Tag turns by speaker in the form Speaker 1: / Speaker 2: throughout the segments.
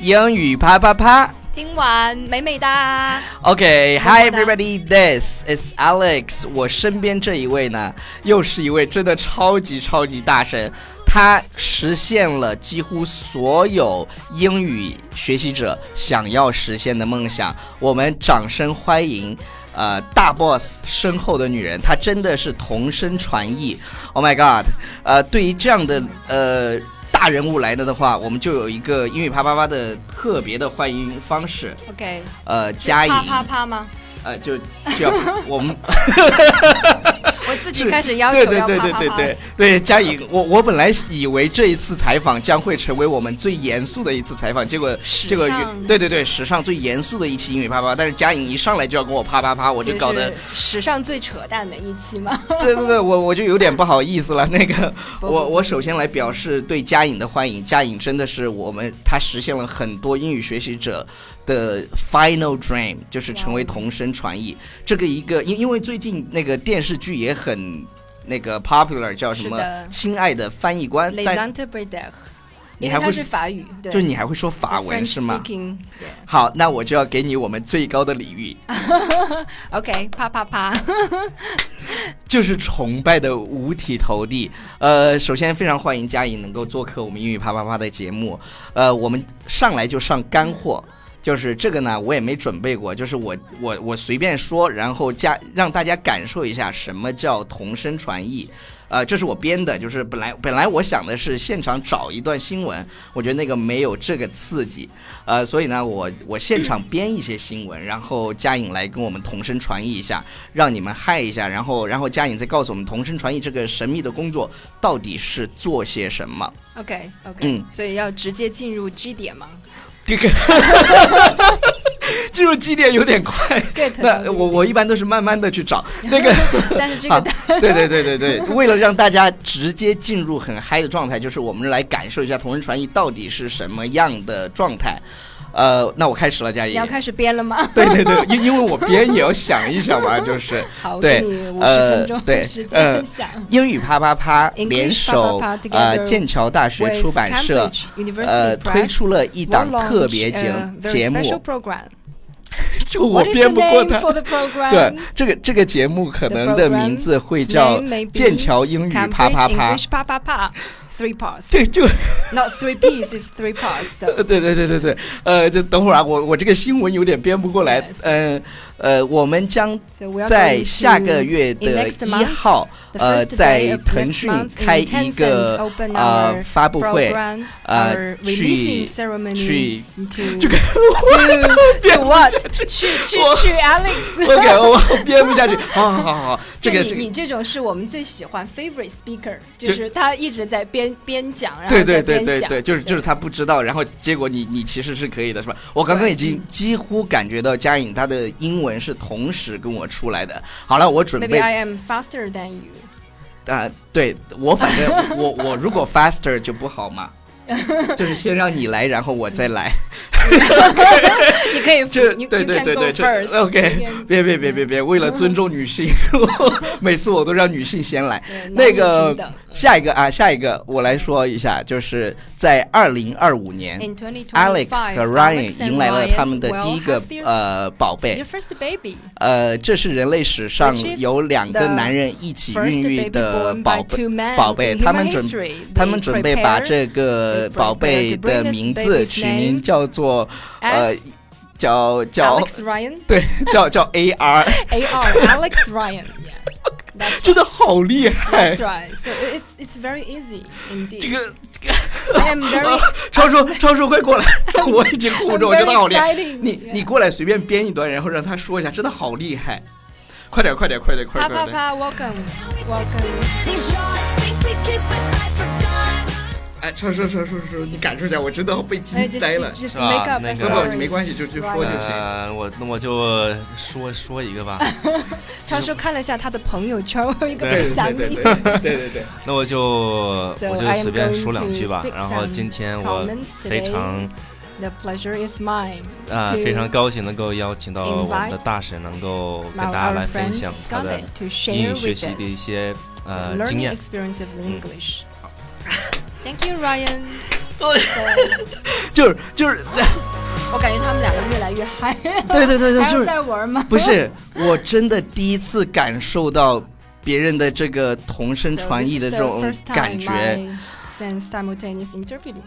Speaker 1: 英语啪啪啪。
Speaker 2: 听完美美哒。么么
Speaker 1: OK，Hi、
Speaker 2: 哒
Speaker 1: everybody，this is Alex。我身边这一位呢，又是一位真的超级超级大神，他实现了几乎所有英语学习者想要实现的梦想。我们掌声欢迎。呃，大 boss 身后的女人，她真的是同声传译。Oh my god！呃，对于这样的呃大人物来的的话，我们就有一个英语啪啪啪的特别的欢迎方式。
Speaker 2: OK，
Speaker 1: 呃，加以
Speaker 2: 啪啪啪吗？
Speaker 1: 呃，就就 要我们
Speaker 2: 我自己开始要求
Speaker 1: 对对
Speaker 2: 要啪
Speaker 1: 对
Speaker 2: 啪
Speaker 1: 对
Speaker 2: 啪
Speaker 1: 对对对，佳颖，我我本来以为这一次采访将会成为我们最严肃的一次采访，结果
Speaker 2: 史
Speaker 1: 这个
Speaker 2: 上
Speaker 1: 对对对史上最严肃的一期英语啪啪，但是佳颖一上来就要跟我啪啪啪，我就搞得
Speaker 2: 这是史上最扯淡的一期嘛。
Speaker 1: 对对对，我我就有点不好意思了。那个，
Speaker 2: 不
Speaker 1: 我
Speaker 2: 不
Speaker 1: 我首先来表示对佳颖的欢迎，佳颖真的是我们，她实现了很多英语学习者的 final dream，就是成为同声传译。这个一个，因因为最近那个电视剧也很。那个 popular 叫什
Speaker 2: 是
Speaker 1: 么
Speaker 2: 的？
Speaker 1: 亲爱的翻译官
Speaker 2: Les，
Speaker 1: 但
Speaker 2: Interpreteurs，
Speaker 1: 你
Speaker 2: 因
Speaker 1: 还
Speaker 2: 为它
Speaker 1: 会
Speaker 2: 是法语，对，
Speaker 1: 就是你还会说法
Speaker 2: The
Speaker 1: 文
Speaker 2: French
Speaker 1: 是吗？
Speaker 2: speaking，对
Speaker 1: 好，那我就要给你我们最高的礼遇，
Speaker 2: OK，啪啪 啪，
Speaker 1: 就是崇拜的五体投地。呃，首先非常欢迎佳颖能够做客我们英语啪啪啪的节目。呃，我们上来就上干货，就是这个呢，我也没准备过，就是我我我随便说，然后加让大家感受一下什么叫同声传译。呃，这是我编的，就是本来 本来我想的是现场找一段新闻，我觉得那个没有这个刺激，呃，所以呢，我我现场编一些新闻，然后佳颖来跟我们同声传译一下，让你们嗨一下，然后然后佳颖再告诉我们同声传译这个神秘的工作到底是做些什么。
Speaker 2: OK OK，、
Speaker 1: 嗯
Speaker 2: 所以要直接进入 G 点吗
Speaker 1: 这个 进入基点有点快，
Speaker 2: ？Get 到
Speaker 1: 那
Speaker 2: G
Speaker 1: 我
Speaker 2: 点
Speaker 1: 我一般都是慢慢的 去找那个。
Speaker 2: 但是这
Speaker 1: 好
Speaker 2: 个，
Speaker 1: 对对对对对，为了让大家直接进入很嗨的状态，就是我们来感受一下同声传译到底是什么样的状态。呃，那我开始了，佳
Speaker 2: 你
Speaker 1: 颖
Speaker 2: 要。开始编了吗？
Speaker 1: 对对对，因因为我编也要想一想嘛，就是
Speaker 2: 好，我
Speaker 1: 对
Speaker 2: 给你五十
Speaker 1: 呃
Speaker 2: 分钟
Speaker 1: 对
Speaker 2: 的时
Speaker 1: 呃
Speaker 2: 间想。
Speaker 1: 英语啪啪啪
Speaker 2: English
Speaker 1: 联手
Speaker 2: 啪啪啪
Speaker 1: 呃
Speaker 2: together
Speaker 1: 剑桥大学
Speaker 2: with
Speaker 1: 出版社
Speaker 2: Cambridge
Speaker 1: 呃
Speaker 2: University
Speaker 1: 推
Speaker 2: Press
Speaker 1: 出了一
Speaker 2: will
Speaker 1: 档
Speaker 2: launch
Speaker 1: 特别
Speaker 2: a
Speaker 1: 节
Speaker 2: 呃 very
Speaker 1: 节目，
Speaker 2: special program.
Speaker 1: 就 我
Speaker 2: What is
Speaker 1: 编
Speaker 2: the
Speaker 1: 不过
Speaker 2: name
Speaker 1: 他。
Speaker 2: for the program?
Speaker 1: 对，这个这个节目可
Speaker 2: The
Speaker 1: 能的
Speaker 2: program
Speaker 1: 名字会叫
Speaker 2: name may
Speaker 1: 《
Speaker 2: be
Speaker 1: 剑桥英语啪
Speaker 2: Cambridge
Speaker 1: 啪啪》。
Speaker 2: English 啪啪啪，three parts,
Speaker 1: 对，就
Speaker 2: not three piece, it's three parts. So
Speaker 1: 对对对对对，呃，就等会儿啊，我我这个新闻有点编不过来
Speaker 2: Yes.，
Speaker 1: 嗯呃，我们将
Speaker 2: so we are
Speaker 1: 在
Speaker 2: going
Speaker 1: 下
Speaker 2: to
Speaker 1: 个月
Speaker 2: in
Speaker 1: 的
Speaker 2: next
Speaker 1: 一
Speaker 2: month,
Speaker 1: 号，
Speaker 2: the
Speaker 1: 呃，
Speaker 2: first
Speaker 1: 在
Speaker 2: day of
Speaker 1: 腾
Speaker 2: next
Speaker 1: 讯
Speaker 2: month in
Speaker 1: 开一
Speaker 2: Tencent
Speaker 1: 个
Speaker 2: open
Speaker 1: 呃
Speaker 2: our
Speaker 1: 发布会，
Speaker 2: program,
Speaker 1: 呃
Speaker 2: our
Speaker 1: 去
Speaker 2: releasing ceremony
Speaker 1: 去
Speaker 2: to
Speaker 1: 这个
Speaker 2: to what 去去
Speaker 1: 我
Speaker 2: 去 Alex。
Speaker 1: OK，我编不下去。好好好好，这个
Speaker 2: 就
Speaker 1: 这
Speaker 2: 你
Speaker 1: 个
Speaker 2: 你这种是我们最喜欢 favorite speaker，
Speaker 1: 就
Speaker 2: 就是他一直在边边讲，然后
Speaker 1: 对对
Speaker 2: 在
Speaker 1: 对
Speaker 2: 边
Speaker 1: 对
Speaker 2: 想
Speaker 1: 对，就是就是他不知道，然后结果你你其实是可以的，是吧？我刚刚已
Speaker 2: 嗯
Speaker 1: 经几乎感觉到佳颖她的英文是同时跟我出来的。好了，我准备
Speaker 2: Maybe I am faster than you.
Speaker 1: 啊，对我反正我我如果 faster 就不 好嘛，就是先让你来，然后我再来。
Speaker 2: 你可以，
Speaker 1: 这
Speaker 2: you,
Speaker 1: 对
Speaker 2: you
Speaker 1: 对
Speaker 2: can
Speaker 1: 对
Speaker 2: go
Speaker 1: 对，
Speaker 2: first.
Speaker 1: 这 OK，
Speaker 2: You can-
Speaker 1: 别别别别别，为
Speaker 2: 嗯
Speaker 1: 了尊重女性， 每次我都让女性先来。
Speaker 2: 对
Speaker 1: 那个
Speaker 2: 男女平等
Speaker 1: 下一个啊，下一个我来说一下，就是在二零二五年
Speaker 2: In 2025,
Speaker 1: ，Alex 和
Speaker 2: 哎 Alex
Speaker 1: Ryan
Speaker 2: and
Speaker 1: 迎来了他们的
Speaker 2: Ryan
Speaker 1: 第一个
Speaker 2: will have their-
Speaker 1: 呃宝贝
Speaker 2: Your，first baby,
Speaker 1: 呃，这是人类史上
Speaker 2: Which is
Speaker 1: 有两个
Speaker 2: the
Speaker 1: 男人一起
Speaker 2: first
Speaker 1: 孕育
Speaker 2: baby
Speaker 1: 的
Speaker 2: born
Speaker 1: 宝
Speaker 2: by
Speaker 1: 贝
Speaker 2: two men.
Speaker 1: 宝贝，
Speaker 2: in
Speaker 1: 他们
Speaker 2: human
Speaker 1: 准
Speaker 2: history, we
Speaker 1: 他们准备把
Speaker 2: prepare
Speaker 1: 这个
Speaker 2: prepare
Speaker 1: 宝贝
Speaker 2: to bring
Speaker 1: 的
Speaker 2: this
Speaker 1: 名字
Speaker 2: baby's
Speaker 1: 取
Speaker 2: name
Speaker 1: 名叫做呃
Speaker 2: as
Speaker 1: 叫 叫
Speaker 2: Alex Ryan,
Speaker 1: 对叫叫 AR，
Speaker 2: A R Alex Ryan. Yeah, that's
Speaker 1: 真的好厉害
Speaker 2: that's！right. So it's it's very easy
Speaker 1: 这
Speaker 2: indeed.
Speaker 1: 个
Speaker 2: I am very
Speaker 1: 超叔超叔快过来，我已经护
Speaker 2: I'm
Speaker 1: 着，我真的好
Speaker 2: very
Speaker 1: 厉害。
Speaker 2: exciting.
Speaker 1: 你
Speaker 2: yeah.
Speaker 1: 你过来随便编一段，然后让他说一下，真的好厉害！快点快点快点快
Speaker 2: 啪
Speaker 1: 点快
Speaker 2: 啪
Speaker 1: 点！
Speaker 2: 啪，welcome welcome.
Speaker 3: Welcome.
Speaker 1: 哎，超叔超叔叔，你感受一下，我真的被惊
Speaker 2: I just
Speaker 1: 呆了。
Speaker 2: just
Speaker 4: 是吧
Speaker 2: make up
Speaker 4: 那
Speaker 2: a
Speaker 4: 个
Speaker 1: 不不，你
Speaker 2: story.
Speaker 1: 没关系，就就说就
Speaker 2: Right.
Speaker 1: 行。
Speaker 4: 呃，我那我就说说一个吧，
Speaker 2: 超叔看了一下他的朋友圈，我有一个
Speaker 1: 对
Speaker 2: 很想
Speaker 1: 对对
Speaker 2: 你。
Speaker 1: 对对对 对，
Speaker 4: 那我就我
Speaker 2: So
Speaker 4: 就
Speaker 2: I am
Speaker 4: 随便
Speaker 2: going
Speaker 4: 说两句吧
Speaker 2: to speak。
Speaker 4: 然后今天
Speaker 2: some
Speaker 4: 我
Speaker 2: comments
Speaker 4: 非常
Speaker 2: The pleasure is mine.
Speaker 4: 呃
Speaker 2: to
Speaker 4: 非常高兴能够邀请到我们的大神，能够跟
Speaker 2: Now
Speaker 4: 大家
Speaker 2: our
Speaker 4: 来分
Speaker 2: friend
Speaker 4: 享他的
Speaker 2: Scarlett to
Speaker 4: 英
Speaker 2: share
Speaker 4: 语学
Speaker 2: with
Speaker 4: 习的
Speaker 2: us
Speaker 4: 一些呃
Speaker 2: learning
Speaker 4: 经验。嗯
Speaker 2: experience of English. Thank you, Ryan.
Speaker 1: 对
Speaker 2: So,
Speaker 1: 就是就是，
Speaker 2: 我感觉他们两个越来越嗨，
Speaker 1: 对对对对，
Speaker 2: 还
Speaker 1: 就
Speaker 2: 要
Speaker 1: 是
Speaker 2: 再玩吗？
Speaker 1: 不是，我真的第一次感受到别人的这个同声
Speaker 2: So
Speaker 1: 传
Speaker 2: this
Speaker 1: 译的
Speaker 2: is
Speaker 1: 这
Speaker 2: the
Speaker 1: 种
Speaker 2: first time
Speaker 1: 感觉。
Speaker 2: my Since simultaneous interpreting，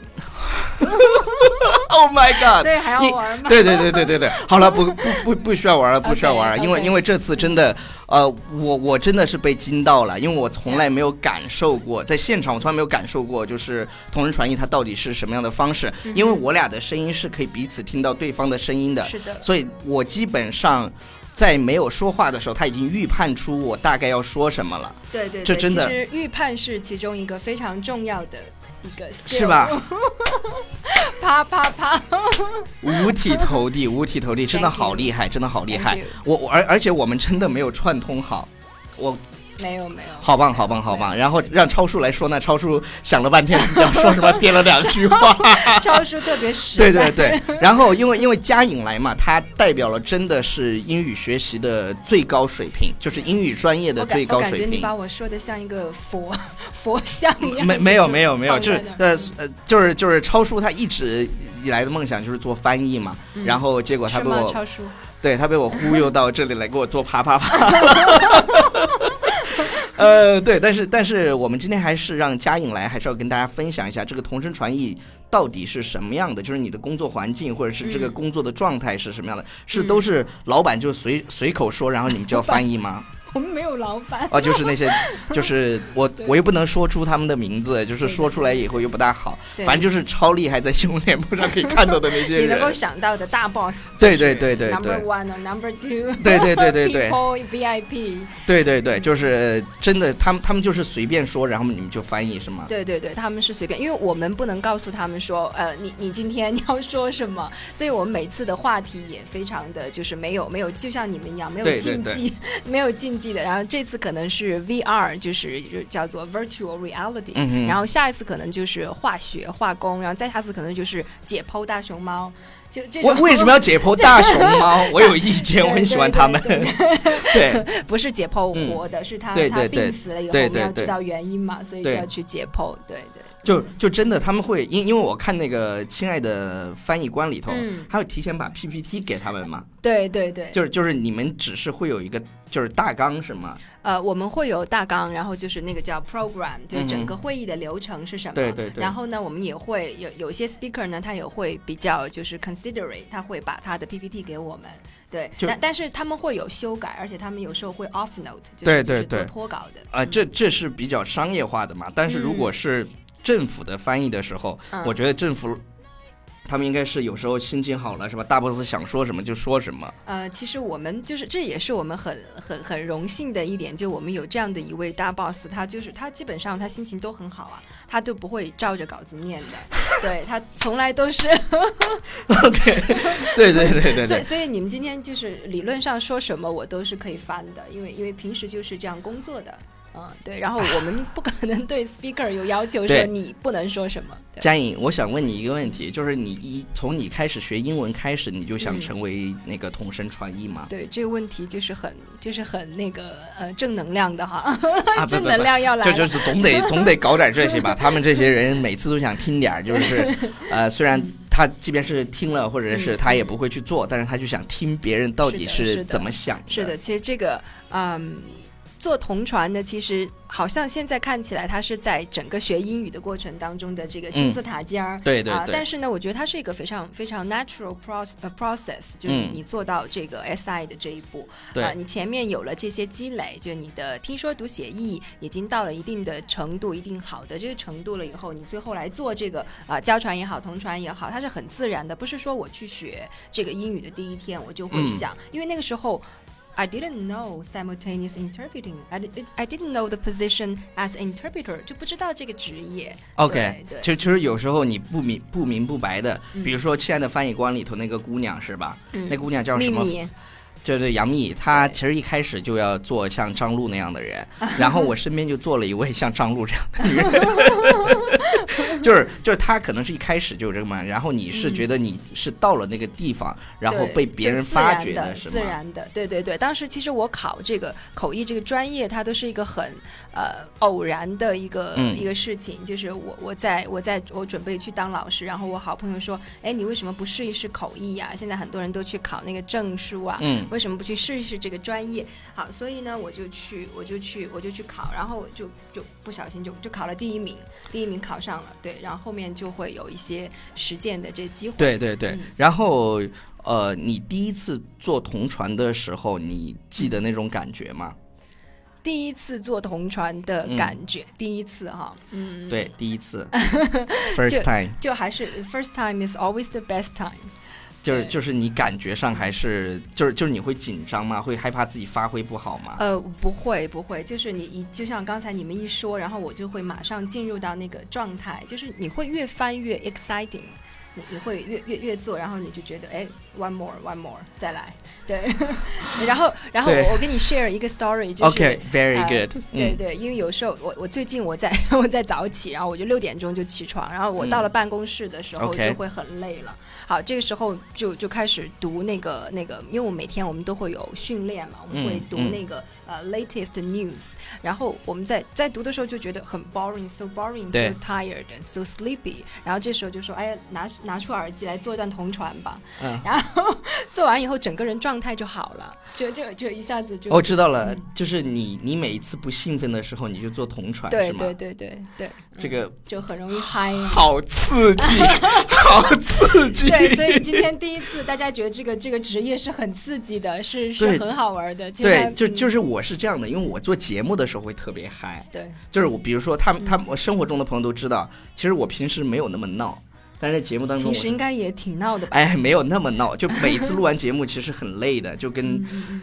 Speaker 1: Oh my god！
Speaker 2: 对，还要
Speaker 1: 你
Speaker 2: 玩吗？
Speaker 1: 对对对对对对，好了，不不不不需要 玩了，不需要玩了
Speaker 2: OK，OK
Speaker 1: 因为因为这次真的，呃，我我真的是被惊到了，因为我从来没有感受过，在现场我从来没有感受过，就是同声传译它到底是什么样的方
Speaker 2: 嗯
Speaker 1: 式，因为我俩的声音是可以彼此听到对方的声音的，
Speaker 2: 是的，
Speaker 1: 所以我基本上。在没有说话的时候，他已经预判出我大概要说什么了，
Speaker 2: 对对，
Speaker 1: 这
Speaker 2: 对
Speaker 1: 真的
Speaker 2: 其实预判是其中一个非常重要的一个，
Speaker 1: 是？吧？
Speaker 2: 啪啪啪，
Speaker 1: 五体投 地，五体投地，真的
Speaker 2: Thank you
Speaker 1: 好厉害，真的好厉
Speaker 2: Thank
Speaker 1: 害
Speaker 2: you！
Speaker 1: 我我而而且我们真的没有串通好，我
Speaker 2: 没有没有，
Speaker 1: 好棒，好棒，好棒！
Speaker 2: 对
Speaker 1: 然后让超叔来说，那超叔想了 半天自己要说什么，编了两句话。
Speaker 2: 超叔特别实
Speaker 1: 对
Speaker 2: 在，
Speaker 1: 对 对。然后因为因为佳颖来嘛，她代表了真的是英语学习的最高水平，就是英语专业的
Speaker 2: 我感
Speaker 1: 最高
Speaker 2: 我
Speaker 1: 水
Speaker 2: 感觉你
Speaker 1: 平。
Speaker 2: 把我说的像一个佛 佛像一样，
Speaker 1: 没没有没有没有，
Speaker 2: 放
Speaker 1: 就
Speaker 2: 在
Speaker 1: 是
Speaker 2: 那儿
Speaker 1: 呃呃，就是就是超叔他一直以来的梦想就是做翻译嘛，然后结果
Speaker 2: 嗯
Speaker 1: 他
Speaker 2: 是
Speaker 1: 被
Speaker 2: 吗？
Speaker 1: 我
Speaker 2: 超叔，
Speaker 1: 对他被我忽悠到这里来给我做啪 啪啪。呃，对，但是但是我们今天还是让佳颖来，还是要跟大家分享一下这个同声传译到底是什么样的，就是你的工作环境或者是这个
Speaker 2: 嗯
Speaker 1: 工作的状态是什么样的，是都是老板就随随口说，然后你们就要翻译吗？
Speaker 2: 我们没有老板，
Speaker 1: 啊，就是那些，就是我我又不能说出他们的名字，就是
Speaker 2: 对
Speaker 1: 说
Speaker 2: 对
Speaker 1: 出来以后又不大好，
Speaker 2: 对
Speaker 1: 反正就是超厉害，在新闻联播上可以看到的那些
Speaker 2: 你能够
Speaker 1: 人。
Speaker 2: 想到的大 boss，
Speaker 1: 对对对对对
Speaker 2: number。one 哦，number two，
Speaker 1: 对对对对 对
Speaker 2: people VIP，
Speaker 1: 对对对，就是真的，他们他们就是随便说，然后你们就翻译是吗？
Speaker 2: 对对对，他们是随便，因为我们不能告诉他们说，呃，你你今天你要说什么，所以我们每次的话题也非常的就是没有没有，就像你们一样没有
Speaker 1: 对对
Speaker 2: 禁忌， 没有禁忌的。然后这次可能是 VR，就是就叫做 virtual reality，、
Speaker 1: 嗯哼
Speaker 2: 然后下一次可能就是化学化工，然后再下次可能就是解剖大熊猫，就这
Speaker 1: 我
Speaker 2: 种
Speaker 1: 为什么要解剖大熊猫？我有意见，我很喜欢他 们。
Speaker 2: 对对对
Speaker 1: 对，
Speaker 2: 不是解剖
Speaker 1: 嗯
Speaker 2: 活的，是他
Speaker 1: 对
Speaker 2: 他
Speaker 1: 对对
Speaker 2: 病死了以后，我
Speaker 1: 对
Speaker 2: 们
Speaker 1: 对
Speaker 2: 要
Speaker 1: 对
Speaker 2: 知道原因嘛，所以就
Speaker 1: 对
Speaker 2: 要去解剖。对对，
Speaker 1: 就就真的他们会，因因为我看那个《亲爱的翻译官》里头
Speaker 2: 嗯，
Speaker 1: 他有提前把 PPT 给他们嘛，
Speaker 2: 对对对，
Speaker 1: 就是就是你们只是会有一个就是大纲是吗？
Speaker 2: 呃，我们会有大纲，然后就是那个叫 program，就是
Speaker 1: 嗯
Speaker 2: 整
Speaker 1: 哼
Speaker 2: 个会议的流程是什么。
Speaker 1: 对对对
Speaker 2: 然后呢，我们也会有有一些 speaker 呢，他也会比较就是 considerate，他会把他的 PPT 给我们。对，
Speaker 1: 就
Speaker 2: 但但是他们会有修改，而且他们有时候会 off note，就是
Speaker 1: 对对
Speaker 2: 就是
Speaker 1: 对
Speaker 2: 做脱稿的。
Speaker 1: 啊，这这是比较商业化的嘛。但是如果是政府的翻译的时候，
Speaker 2: 嗯
Speaker 1: 我觉得政府他们应该是有时候心情好了是吧？大 boss 想说什么就说什么。
Speaker 2: 呃，其实我们就是，这也是我们很很很荣幸的一点，就我们有这样的一位大 boss，他就是他基本上他心情都很好啊，他都不会照着稿子念的，对他从来都是，
Speaker 1: 对对对对
Speaker 2: 所
Speaker 1: 对
Speaker 2: 以。所以你们今天就是理论上说什么我都是可以翻的，因为因为平时就是这样工作的。嗯，对，然后我们不可能对 speaker 有要求说
Speaker 1: 对
Speaker 2: 你不能说什么，对
Speaker 1: 佳颖，我想问你一个问题，就是你一从你开始学英文开始，你就想成为那个同声传 译吗？
Speaker 2: 对，这个问题就是很就是很那个呃正能量的哈，
Speaker 1: 啊，不
Speaker 2: 正
Speaker 1: 不
Speaker 2: 能
Speaker 1: 不，
Speaker 2: 量要来
Speaker 1: 就
Speaker 2: 了，
Speaker 1: 就是 总得总得搞点这些吧。他们这些人每次都想听点 儿，就是呃，虽然他即便是听了，或者是
Speaker 2: 嗯
Speaker 1: 他也不会去做，但是他就想听别人到底
Speaker 2: 是的是的
Speaker 1: 怎么想的。
Speaker 2: 是的，其实这个，嗯，做同传呢，其实好像现在看起来，它是在整个学英语的过程当中的这个
Speaker 1: 嗯
Speaker 2: 金字塔尖儿。
Speaker 1: 对对
Speaker 2: 啊，
Speaker 1: 对
Speaker 2: 但是呢，我觉得它是一个非常非常 natural process，呃 process，就是
Speaker 1: 嗯
Speaker 2: 你做到这个 SI 的这一步，
Speaker 1: 对
Speaker 2: 啊，你前面有了这些积累，就你的听说读写译已经到了一定的程度，一定好的这个程度了以后，你最后来做这个啊、呃、交传也好，同传也好，它是很自然的，不是说我去学这个英语的第一天我就会
Speaker 1: 嗯
Speaker 2: 想，因为那个时候。I didn't know simultaneous interpreting. I did, I didn't know the position as interpreter，就不知道这个职业。
Speaker 1: OK，
Speaker 2: 对对嗯
Speaker 1: 其实其实有时候你不明不明不白的，比如说《亲爱的翻译官》里头那个姑娘是吧？那姑娘叫
Speaker 2: 秘
Speaker 1: 什么？
Speaker 2: 密，
Speaker 1: 就是杨幂，她
Speaker 2: 对
Speaker 1: 其实一开始就要做 像张璐那样的人，然后我身边就坐了一位像张璐这样的 就是就是他可能是一开始就有这个嘛，然后你是觉得你是到了那个地方，然后
Speaker 2: 嗯对
Speaker 1: 被别
Speaker 2: 就
Speaker 1: 人
Speaker 2: 自
Speaker 1: 发
Speaker 2: 然
Speaker 1: 掘
Speaker 2: 的，
Speaker 1: 是
Speaker 2: 自
Speaker 1: 吗？
Speaker 2: 然的，对对对。当时其实我考这个口译这个专业，它都是一个很呃偶然的一个、
Speaker 1: 嗯
Speaker 2: 一个事情，就是我我在我在我准备去当老师，然后我好朋友说，哎，你为什么不试一试口译呀、现在很多人都去考那个证书啊，
Speaker 1: 嗯
Speaker 2: 为什么不去试一试这个专业？好，所以呢，我就去，我就去，我就去考，然后就就不小心就就考了第一名，第一名考上了，对，然后后面就会有一些实践的这机会。
Speaker 1: 对对对
Speaker 2: 嗯，
Speaker 1: 然后呃，你第一次坐同船的时候，你记得那种感觉吗？
Speaker 2: 第一次坐同船的感觉，第一次哈，嗯，
Speaker 1: 对，，第 一次，first time，
Speaker 2: 就还是 first time is always the best time。
Speaker 1: 就是
Speaker 2: 对
Speaker 1: 就是你感觉上还是就是就是你会紧张吗？会害怕自己发挥不好吗？
Speaker 2: 呃，不会不会，就是你一就像刚才你们一说，然后我就会马上进入到那个状态，就是你会越翻越 exciting。你你会越越越做，然后你就觉得哎，one more one more 再来，对， 然后然后
Speaker 1: 对
Speaker 2: 我我跟你 share 一个 story，就是
Speaker 1: OK，very
Speaker 2: 呃
Speaker 1: good，
Speaker 2: 对
Speaker 1: 嗯
Speaker 2: 对，因为有时候我我最近我在 我在早起，然后我就六点钟就起床，然后我到了办公室的时候
Speaker 1: 嗯 OK
Speaker 2: 就会很累了。好，这个时候就就开始读那个那个，因为我每天我们都会有训练嘛，我们
Speaker 1: 嗯
Speaker 2: 会读
Speaker 1: 嗯
Speaker 2: 那个、呃 latest news，然后我们在在读的时候就觉得很 boring，so
Speaker 1: 对
Speaker 2: boring，so tired，so sleepy，然后这时候就说哎拿拿出耳机来做一段同传吧，
Speaker 1: 嗯
Speaker 2: 然后做完以后整个人状态就好了，就就就一下子就。
Speaker 1: 哦，知道了，就是你你每一次不兴奋的时候，你就做同传，
Speaker 2: 对
Speaker 1: 是吗
Speaker 2: 对嗯对对对，嗯
Speaker 1: 这个
Speaker 2: 就很容易嗨嘛。
Speaker 1: 好刺激， 好刺激。
Speaker 2: 对， 所以今天第一次，大家觉得这个这个职业是很刺激的，是是
Speaker 1: 对
Speaker 2: 很好玩的。其实嗯它
Speaker 1: 对，就就是是我是这样的，因为我做节目的时候会特别嗨，
Speaker 2: 对
Speaker 1: 就是我比如说他们他们我生活中的朋友都知道，其实我平时没有那么闹，但是在节目当中
Speaker 2: 平
Speaker 1: 我
Speaker 2: 时
Speaker 1: 是
Speaker 2: 应该也挺闹的吧？
Speaker 1: 哎没有那么闹，就每次录完节目其实很累的，就跟
Speaker 2: 嗯嗯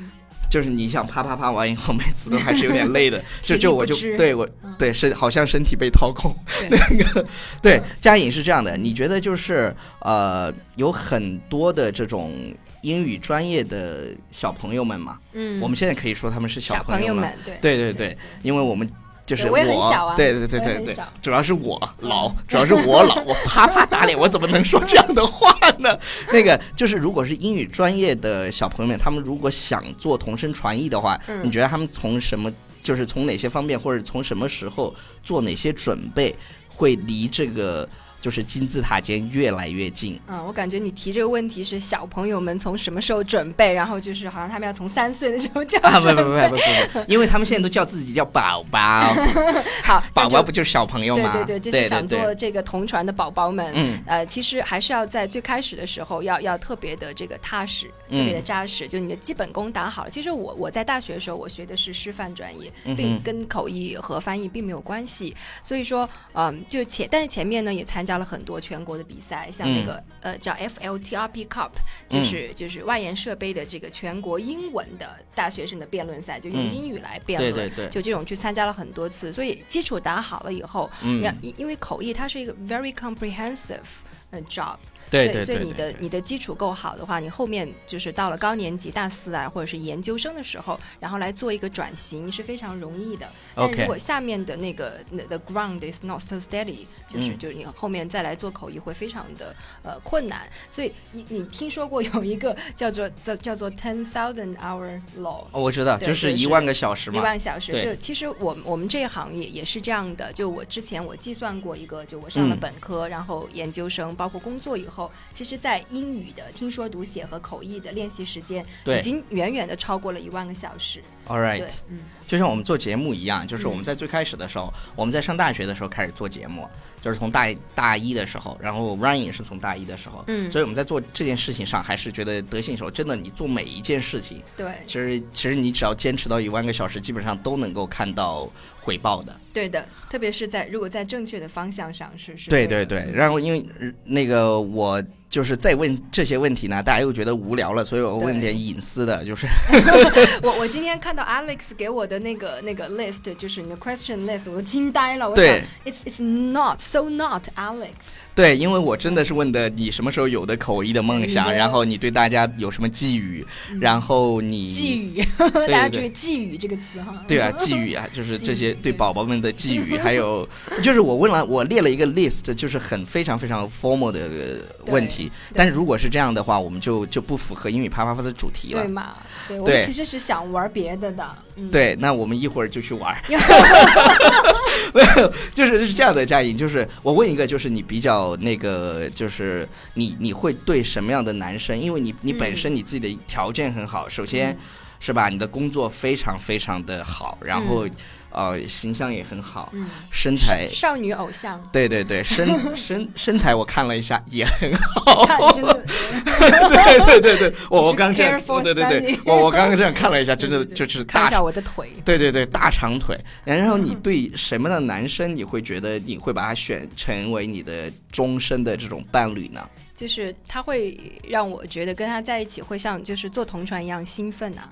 Speaker 1: 就是你想啪啪啪完以后，每次都还是有点 累的，
Speaker 2: 体
Speaker 1: 就
Speaker 2: 力
Speaker 1: 就我
Speaker 2: 不
Speaker 1: 就
Speaker 2: 支
Speaker 1: 对我
Speaker 2: 嗯
Speaker 1: 对身好像身体被掏空，
Speaker 2: 对 嗯
Speaker 1: 那个对佳颖是这样的，你觉得就是呃有很多的这种英语专业的小朋友们嘛，
Speaker 2: 嗯，
Speaker 1: 我们现在可以说他们是
Speaker 2: 小
Speaker 1: 朋
Speaker 2: 友
Speaker 1: 们，
Speaker 2: 们，对
Speaker 1: 对对对，因为我们。就是
Speaker 2: 对我也很小啊
Speaker 1: 对对对
Speaker 2: 我也
Speaker 1: 对
Speaker 2: 很
Speaker 1: 对
Speaker 2: 小，
Speaker 1: 主要是我老，主要是我老，我啪啪打脸，我怎么能说这样的话呢？那个就是，如果是英语专业的小朋友们，他们如果想做同声传译的话，
Speaker 2: 嗯
Speaker 1: 你觉得他们从什么，就是从哪些方面，或者从什么时候做哪些准备，会离这个就是金字塔尖越来越近？
Speaker 2: 嗯，我感觉你提这个问题是小朋友们从什么时候准备，然后就是好像他们要从三岁的时候就
Speaker 1: 啊，
Speaker 2: 要
Speaker 1: 不不
Speaker 2: 准
Speaker 1: 不
Speaker 2: 备。
Speaker 1: 不不不，因为他们现在都叫自己叫宝宝，
Speaker 2: 好， 那
Speaker 1: 宝宝
Speaker 2: 就
Speaker 1: 不就是小朋友吗？
Speaker 2: 对对对，这是想
Speaker 1: 对
Speaker 2: 做这个同传的宝宝们，
Speaker 1: 嗯
Speaker 2: 呃，其实还是要在最开始的时候要要特别的这个踏实，特
Speaker 1: 嗯
Speaker 2: 别的扎实，就你的基本功打好了。其实我我在大学的时候，我学的是师范专
Speaker 1: 嗯
Speaker 2: 业，并跟口译和翻译并没有关系。所以说，嗯，就前但是前面呢也参加了很多全国的比赛，像那个、
Speaker 1: 嗯
Speaker 2: 呃叫 FLTRP Cup，就是、就是外研社杯的这个全国英文的大学生的辩论赛，就用
Speaker 1: 嗯
Speaker 2: 英语来辩
Speaker 1: 对
Speaker 2: 论。
Speaker 1: 对对，
Speaker 2: 就这种去参加了很多次，所以基础打好了以后，
Speaker 1: 嗯
Speaker 2: 要，因因为口译它是一个 very comprehensive 呃 job，
Speaker 1: 对
Speaker 2: 所以
Speaker 1: 对
Speaker 2: 所
Speaker 1: 对
Speaker 2: 以你
Speaker 1: 对
Speaker 2: 的你的基础够好的话，你后面就是到了高年级大四啊，或者是研究生的时候，然后来做一个转型是非常容易的。但
Speaker 1: OK
Speaker 2: 如果下面的那个那 the ground is not so steady，就是、
Speaker 1: 嗯
Speaker 2: 就是你后面再来做口译会非常的呃困难。所以你你听说过有一个叫做叫叫做 ten thousand hour law，
Speaker 1: 哦，我知道，
Speaker 2: 对
Speaker 1: 就是
Speaker 2: 就是
Speaker 1: 一万个小时
Speaker 2: 一
Speaker 1: 嘛。
Speaker 2: 万小时，
Speaker 1: 对
Speaker 2: 就其实我们我们这一行也也是这样的。就我之前我计算过一个，就我上了
Speaker 1: 嗯
Speaker 2: 本科，然后研究生，包括工作以后，其实，在英语的听说读写和口译的练习时间，
Speaker 1: 对
Speaker 2: 已经远远的超过了一万个小时。
Speaker 1: All
Speaker 2: 对
Speaker 1: right，，
Speaker 2: 嗯，
Speaker 1: 就像我们做节目一样，就是我们在最开始的时候，我们在上大学的时候开始做节目，就是从大大一的时候，然后 Ryan 也是从大一的时候，
Speaker 2: 嗯
Speaker 1: 所以我们在做这件事情上还是觉得得心应手。真的，你做每一件事情，
Speaker 2: 对，
Speaker 1: 其实其实你只要坚持到一万个小时，基本上都能够看到回报的。
Speaker 2: 对的，特别是在如果在正确的方向上是是嗯
Speaker 1: 对
Speaker 2: 会
Speaker 1: 对
Speaker 2: 的
Speaker 1: 对，然后因为呃那个我就是再问这些问题呢，大家又觉得无聊了，所以我问点隐私的，就是
Speaker 2: 我我今天看到 Alex 给我的那个那个 list，就是你的 question list，我都惊呆了。我想
Speaker 1: 对
Speaker 2: ，It's it's not so not Alex。
Speaker 1: 对，因为我真的是问的你什么时候有的口译的梦想，
Speaker 2: 嗯
Speaker 1: 然后你对大家有什么寄语，然后你
Speaker 2: 寄 语，
Speaker 1: 对
Speaker 2: 大家
Speaker 1: 对
Speaker 2: 注意“寄语”这个词哈。嗯
Speaker 1: 对啊，寄语啊，就是
Speaker 2: 寄
Speaker 1: 这些
Speaker 2: 语对
Speaker 1: 对宝宝们的寄语，还有 就是我问了，我列了一个 list，就是很非常非常 formal 的呃问题。但是如果是这样的话，我们就就不符合英语啪啪啪的主题了
Speaker 2: 对。嘛？对，我
Speaker 1: 对
Speaker 2: 们其实是想玩别的的。嗯，
Speaker 1: 对，那我们一会儿就去 玩儿。 就是是这样的，佳颖，就是我问一个，就是你比较那个，就是你你会对什么样的男生？因为你你本
Speaker 2: 嗯
Speaker 1: 身你自己的条件很好，首先是吧，你的工作非常非常的好，然后、呃形象也很好，
Speaker 2: 嗯，
Speaker 1: 身材
Speaker 2: 少女偶像，
Speaker 1: 对对 对，身身身材我看了一下，也很
Speaker 2: 看真 的
Speaker 1: 对对对对，我我
Speaker 2: 是
Speaker 1: 刚这样
Speaker 2: care，for
Speaker 1: 对对对
Speaker 2: study，
Speaker 1: 我我刚刚这样看了一下，真的
Speaker 2: 对对对
Speaker 1: 就是
Speaker 2: 看
Speaker 1: 大
Speaker 2: 一下我的腿。
Speaker 1: 对对对大长腿。然后你
Speaker 2: 嗯
Speaker 1: 对什么样的男生你会觉得你会把他选成为你的终身的这种伴侣呢？
Speaker 2: 就是他会让我觉得跟他在一起会像就是坐同船一样兴奋啊，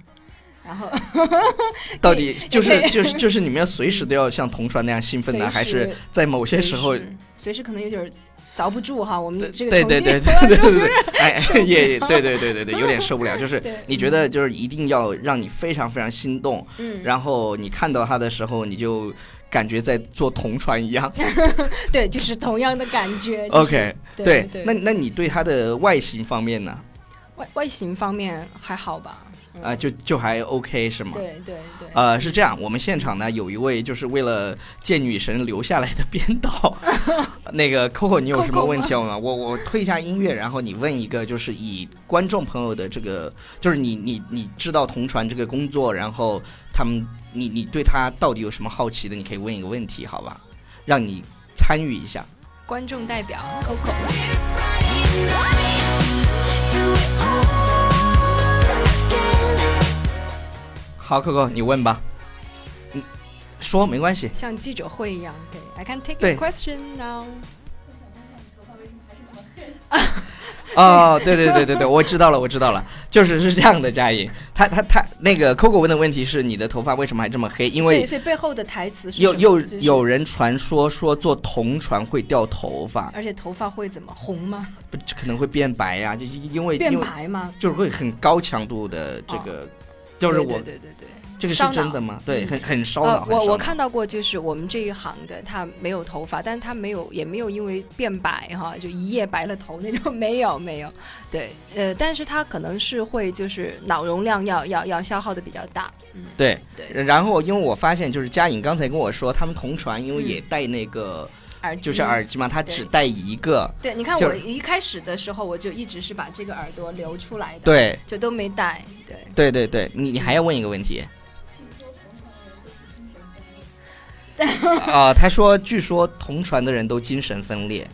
Speaker 2: 然后
Speaker 1: 到底就是
Speaker 2: 对
Speaker 1: 就是就是你们要随时都要像同船那样兴奋呢，
Speaker 2: 随时
Speaker 1: 还是在某些时候？
Speaker 2: 随时随时可能有点凿不住哈，我们这个
Speaker 1: 对
Speaker 2: 重
Speaker 1: 对
Speaker 2: 庆
Speaker 1: 对对
Speaker 2: 话
Speaker 1: 对对对，哎，也对对对对对，有点受不了。就是
Speaker 2: 对
Speaker 1: 你觉得就是一定要让你非常非常心动，
Speaker 2: 嗯，
Speaker 1: 然后你看到他的时候，你就感觉在坐同船一样。
Speaker 2: 对，就是同样的感 觉。就是
Speaker 1: OK，
Speaker 2: 对对
Speaker 1: 那那你对他的外形方面呢？
Speaker 2: 外外形方面还好吧？嗯
Speaker 1: 啊、就就还 OK 是吗？
Speaker 2: 对对对，
Speaker 1: 呃，是这样，我们现场呢有一位就是为了见女神留下来的编 导，那个 Coco，你有什么
Speaker 2: Coco
Speaker 1: 问题要问吗？我我推一下音乐，然后你问一个，就是以观众朋友的这个，就是你你你知道同传这个工作，然后他们你你对他到底有什么好奇的，你可以问一个问题，好吧？让你参与一下。
Speaker 2: 观众代表 Coco。
Speaker 1: 好，Coco，你问吧，嗯，说没关系。
Speaker 2: 像记者会一样，对，I can take
Speaker 1: 对
Speaker 2: a question now。
Speaker 1: 哦，对对对对对，我知道了，我知道了，就是是这样的，佳颖，他他他那个 Coco 问的问题是你的头发为什么还这么黑？因
Speaker 2: 所
Speaker 1: 为
Speaker 2: 以所以背后的台词是
Speaker 1: 有
Speaker 2: 什么
Speaker 1: 有
Speaker 2: 就是
Speaker 1: 有人传说说做同船会掉头发，
Speaker 2: 而且头发会怎么红 吗？
Speaker 1: 不这可能会变白啊呀、就因因为
Speaker 2: 变
Speaker 1: 因为
Speaker 2: 白吗？
Speaker 1: 就是会很高强度的这个，就是我
Speaker 2: 对对对对对。
Speaker 1: 这个是
Speaker 2: 烧脑
Speaker 1: 真的吗？对，
Speaker 2: 嗯
Speaker 1: 很很烧
Speaker 2: 呃
Speaker 1: 脑。，很
Speaker 2: 我
Speaker 1: 烧脑
Speaker 2: 我看到过，就是我们这一行的，他没有头发，但是他没有也没有因为变白哈，就一夜白了头那种， 没有没有，对，呃，但是他可能是会就是脑容量要要要消耗的比较大，嗯，
Speaker 1: 对。
Speaker 2: 对，
Speaker 1: 然后，因为我发现，就是佳颖刚才跟我说，他们同船，因为
Speaker 2: 嗯
Speaker 1: 也戴那个、
Speaker 2: 耳机
Speaker 1: 就是耳机嘛，他只
Speaker 2: 对
Speaker 1: 戴一个，
Speaker 2: 对，你看
Speaker 1: 就
Speaker 2: 我一开始的时候，我就一直是把这个耳朵留出来的，，
Speaker 1: 对，
Speaker 2: 就都没戴，对，
Speaker 1: 对对对，你你还要问一个问题。啊、他说，据说同船的人都精神分裂。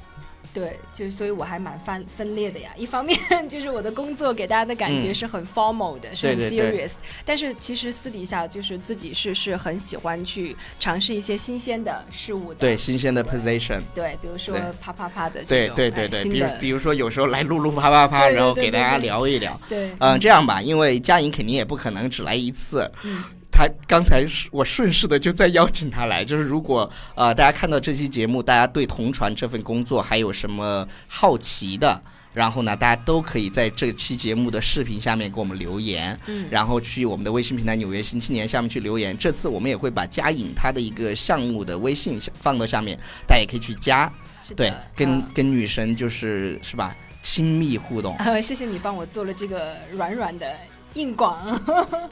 Speaker 2: 对，就是所以我还蛮分分裂的呀。一方面 就是我的工作给大家的感觉
Speaker 1: 嗯
Speaker 2: 是很 formal 的，是很 serious，
Speaker 1: 对对对
Speaker 2: 但是其实私底下就是自己是是很喜欢去尝试一些新鲜的事物的。
Speaker 1: 对，新鲜的 position。
Speaker 2: 对，比如说
Speaker 1: 对
Speaker 2: 啪啪啪的这
Speaker 1: 对
Speaker 2: 种
Speaker 1: 对对
Speaker 2: 哎
Speaker 1: 对，
Speaker 2: 新
Speaker 1: 比如
Speaker 2: 的
Speaker 1: 比如说有时候来录录啪啪啪，
Speaker 2: 对对
Speaker 1: 然后
Speaker 2: 对
Speaker 1: 给大
Speaker 2: 对
Speaker 1: 家
Speaker 2: 对
Speaker 1: 聊一聊。
Speaker 2: 对
Speaker 1: 嗯、这样吧，因为佳颖肯定也不可能只来一次。
Speaker 2: 嗯
Speaker 1: 他刚才是我顺势的就再邀请他来，就是如果呃大家看到这期节目，大家对同传这份工作还有什么好奇的，然后呢，大家都可以在这期节目的视频下面给我们留言，
Speaker 2: 嗯
Speaker 1: 然后去我们的微信平台《纽约新青年》下面去留言。这次我们也会把佳颖她的一个项目的微信放到下面，大家也可以去加，
Speaker 2: 是的
Speaker 1: 对，跟、
Speaker 2: 啊
Speaker 1: 跟女神就是是吧亲密互动。
Speaker 2: 呃，谢谢你帮我做了这个软软的硬广，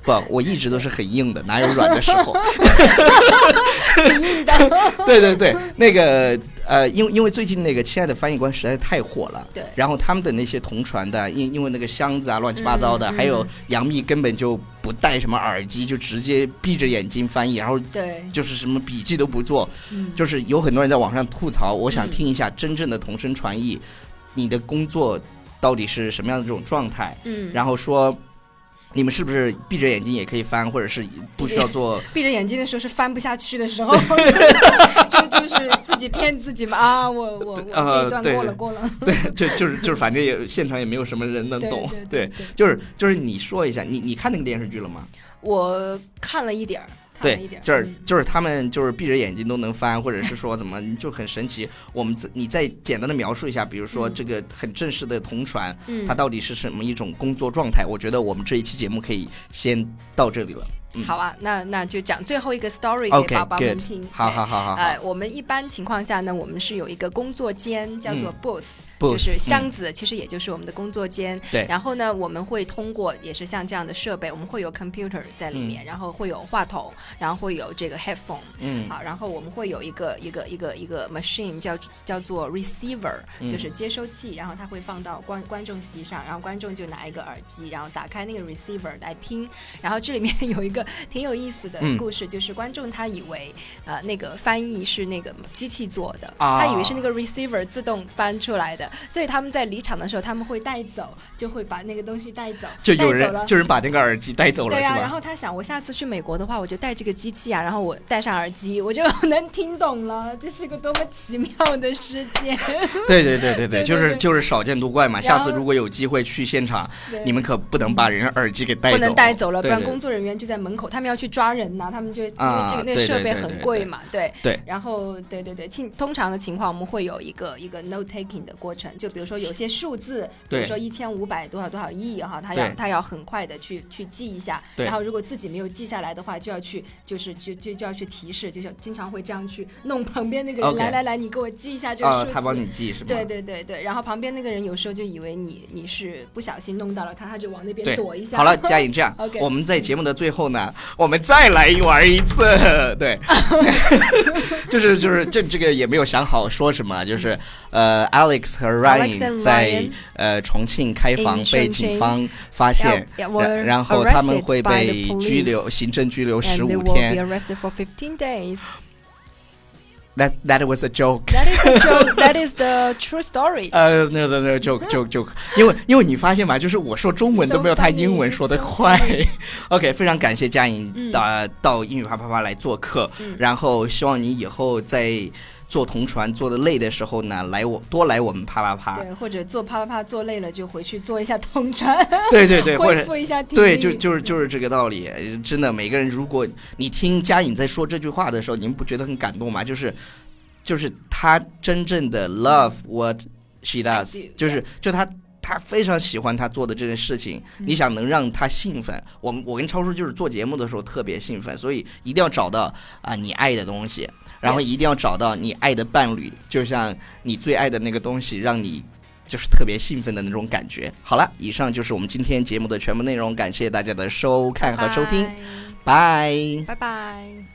Speaker 1: 不，我一直都是很硬的，哪有软的时 候？对对对，那个呃，因为因为最近那个《亲爱的翻译官》实在是太火了。
Speaker 2: 对
Speaker 1: 然后他们的那些同传的，因因为那个箱子啊，乱七八糟的，
Speaker 2: 嗯嗯
Speaker 1: 还有杨幂根本就不戴什么耳机，就直接闭着眼睛翻译，然后
Speaker 2: 对，
Speaker 1: 就是什么笔记都不做，
Speaker 2: 嗯，
Speaker 1: 就是有很多人在网上吐槽。我想
Speaker 2: 嗯
Speaker 1: 听一下真正的同声传译，你的工作到底是什么样的这种状态？
Speaker 2: 嗯，
Speaker 1: 然后说你们是不是闭着眼睛也可以翻，或者是不需要做？
Speaker 2: 闭着眼睛的时候是翻不下去的时候， 就就是自己骗自己嘛啊！我我我
Speaker 1: 呃
Speaker 2: 这一段
Speaker 1: 对
Speaker 2: 过了过了，
Speaker 1: 对，就就是就是，反正也现场也没有什么人能
Speaker 2: 对
Speaker 1: 懂。
Speaker 2: 对对
Speaker 1: 对，就是就是你说一下，你你看那个电视剧了吗？
Speaker 2: 我看了一点儿，看了一
Speaker 1: 对
Speaker 2: 点，儿，
Speaker 1: 就是
Speaker 2: 嗯
Speaker 1: 就是他们就是闭着眼睛都能翻，或者是说怎么就很神奇。我们自你再简单的描述一下，比如说
Speaker 2: 嗯
Speaker 1: 这个很正式的同传，
Speaker 2: 嗯
Speaker 1: 它到底是什么一种工作状态？我觉得我们这一期节目可以先到这里了。嗯
Speaker 2: 好啊，那那就讲最后一个 story 给
Speaker 1: OK，
Speaker 2: 宝宝们
Speaker 1: good
Speaker 2: 听。
Speaker 1: 好
Speaker 2: 对
Speaker 1: 好好好好
Speaker 2: 呃，我们一般情况下呢，我们是有一个工作间，叫
Speaker 1: 嗯
Speaker 2: 做 booth，、
Speaker 1: Booth，
Speaker 2: 就是箱子，其实也就是我们的工作间。
Speaker 1: 嗯对
Speaker 2: 然后呢，我们会通过也是像这样的设备，我们会有 computer 在里面，然后会有话筒，然后会有这个 headphone，
Speaker 1: 嗯
Speaker 2: 好，然后我们会有一个一个一个一个 machine 叫叫做 receiver，就是
Speaker 1: 嗯
Speaker 2: 接收器，然后它会放到观观众席上，然后观众就拿一个耳机，然后打开那个 receiver 来听。然后这里面有一个 挺有意思的
Speaker 1: 嗯
Speaker 2: 故事，就是观众他以为呃那个翻译是那个机器做的，
Speaker 1: 啊
Speaker 2: 他以为是那个 receiver 自动翻出来的，所以他们在离场的时候他们会带走，就会把那个东西带走，
Speaker 1: 就有
Speaker 2: 带
Speaker 1: 人
Speaker 2: 走了
Speaker 1: 就有人把那个耳机带走了，
Speaker 2: 对啊
Speaker 1: 是
Speaker 2: 呀、然
Speaker 1: 吧？
Speaker 2: 后他想，我下次去美国的话，我就带这个机器啊，然后我戴上耳机，我就能听懂了，这是个多么奇妙的世界！
Speaker 1: 对对对对
Speaker 2: 对
Speaker 1: 对，就是
Speaker 2: 对
Speaker 1: 就是少见多怪嘛。
Speaker 2: 然
Speaker 1: 下
Speaker 2: 后
Speaker 1: 次如果有机会去现场，
Speaker 2: 对
Speaker 1: 你们可不能把人家耳机给带走，
Speaker 2: 不能带走了，不
Speaker 1: 对
Speaker 2: 然
Speaker 1: 对
Speaker 2: 工作人员就在门口，他们要去抓人呐、他们就因为
Speaker 1: 啊
Speaker 2: 这个那
Speaker 1: 对对
Speaker 2: 个设备
Speaker 1: 对
Speaker 2: 很
Speaker 1: 对
Speaker 2: 贵嘛，对。
Speaker 1: 对
Speaker 2: 然后对对对，情通常的情况我们会有一个一个 note taking 的过程，就比如说有些数字，比如
Speaker 1: 对
Speaker 2: 说一千五百多少多少亿哈，他要
Speaker 1: 对
Speaker 2: 他要很快的去去记一下，
Speaker 1: 对
Speaker 2: 然后如果自己没有记下来的话，就要去就是就就就要去提示，就是经常会这样去弄旁边那个人
Speaker 1: OK
Speaker 2: 来来来，你给我记一下这个
Speaker 1: 啊，
Speaker 2: 数字，
Speaker 1: 他帮你记是吧？
Speaker 2: 对对对对，然后旁边那个人有时候就以为你你是不小心弄到了他，他就往那边
Speaker 1: 对
Speaker 2: 躲一下。
Speaker 1: 好了，佳颖，这样
Speaker 2: OK
Speaker 1: 我们在节目的最后呢，我们再来玩一次。 对，就是就是这这个也没有想好说什么，就是呃，Alex 和
Speaker 2: Alex and
Speaker 1: Ryan 在
Speaker 2: Ryan
Speaker 1: 呃重庆开房
Speaker 2: in
Speaker 1: 被
Speaker 2: 重
Speaker 1: 警
Speaker 2: 庆
Speaker 1: 方发现，
Speaker 2: Yeah, yeah,
Speaker 1: 然
Speaker 2: were
Speaker 1: 然后他们
Speaker 2: arrested
Speaker 1: 会
Speaker 2: by
Speaker 1: 被
Speaker 2: the police
Speaker 1: 拘留，行政拘留
Speaker 2: And
Speaker 1: 十
Speaker 2: they
Speaker 1: 五
Speaker 2: will be
Speaker 1: 天。
Speaker 2: arrested for 15 days.
Speaker 1: That that was a joke.
Speaker 2: That is the joke. that is the true story.
Speaker 1: 呃，那那那就就就，因为因为你发现吧，就是我说中文都没有
Speaker 2: So
Speaker 1: 他英文
Speaker 2: funny,
Speaker 1: 说的
Speaker 2: so
Speaker 1: 快
Speaker 2: funny.。
Speaker 1: OK，非常感谢佳
Speaker 2: 嗯
Speaker 1: 颖到、到英语啪啪啪来做客，
Speaker 2: 嗯
Speaker 1: 然后希望你以后在做同传做的累的时候呢，来我多来我们啪啪啪。
Speaker 2: 对，或者做啪啪啪做累了就回去做一下 通传，
Speaker 1: 对对对，或
Speaker 2: 恢
Speaker 1: 者
Speaker 2: 复一下体力。
Speaker 1: 对，就就是就是这个道理。呃真的，每个人如果你听佳颖在说这句话的时候，你们不觉得很感动吗？就是就是她真正的 love what she
Speaker 2: I
Speaker 1: does，
Speaker 2: do，
Speaker 1: 就是就她。她非常喜欢她做的这件事情，
Speaker 2: 嗯
Speaker 1: 你想能让她兴奋，我们我跟超叔就是做节目的时候特别兴奋，所以一定要找到啊、你爱的东西，然后
Speaker 2: Yes
Speaker 1: 一定要找到你爱的伴侣，就像你最爱的那个东西，让你就是特别兴奋的那种感觉。好了，以上就是我们今天节目的全部内容，感谢大家的收看和收听，
Speaker 2: 拜
Speaker 1: 拜。
Speaker 2: 拜拜。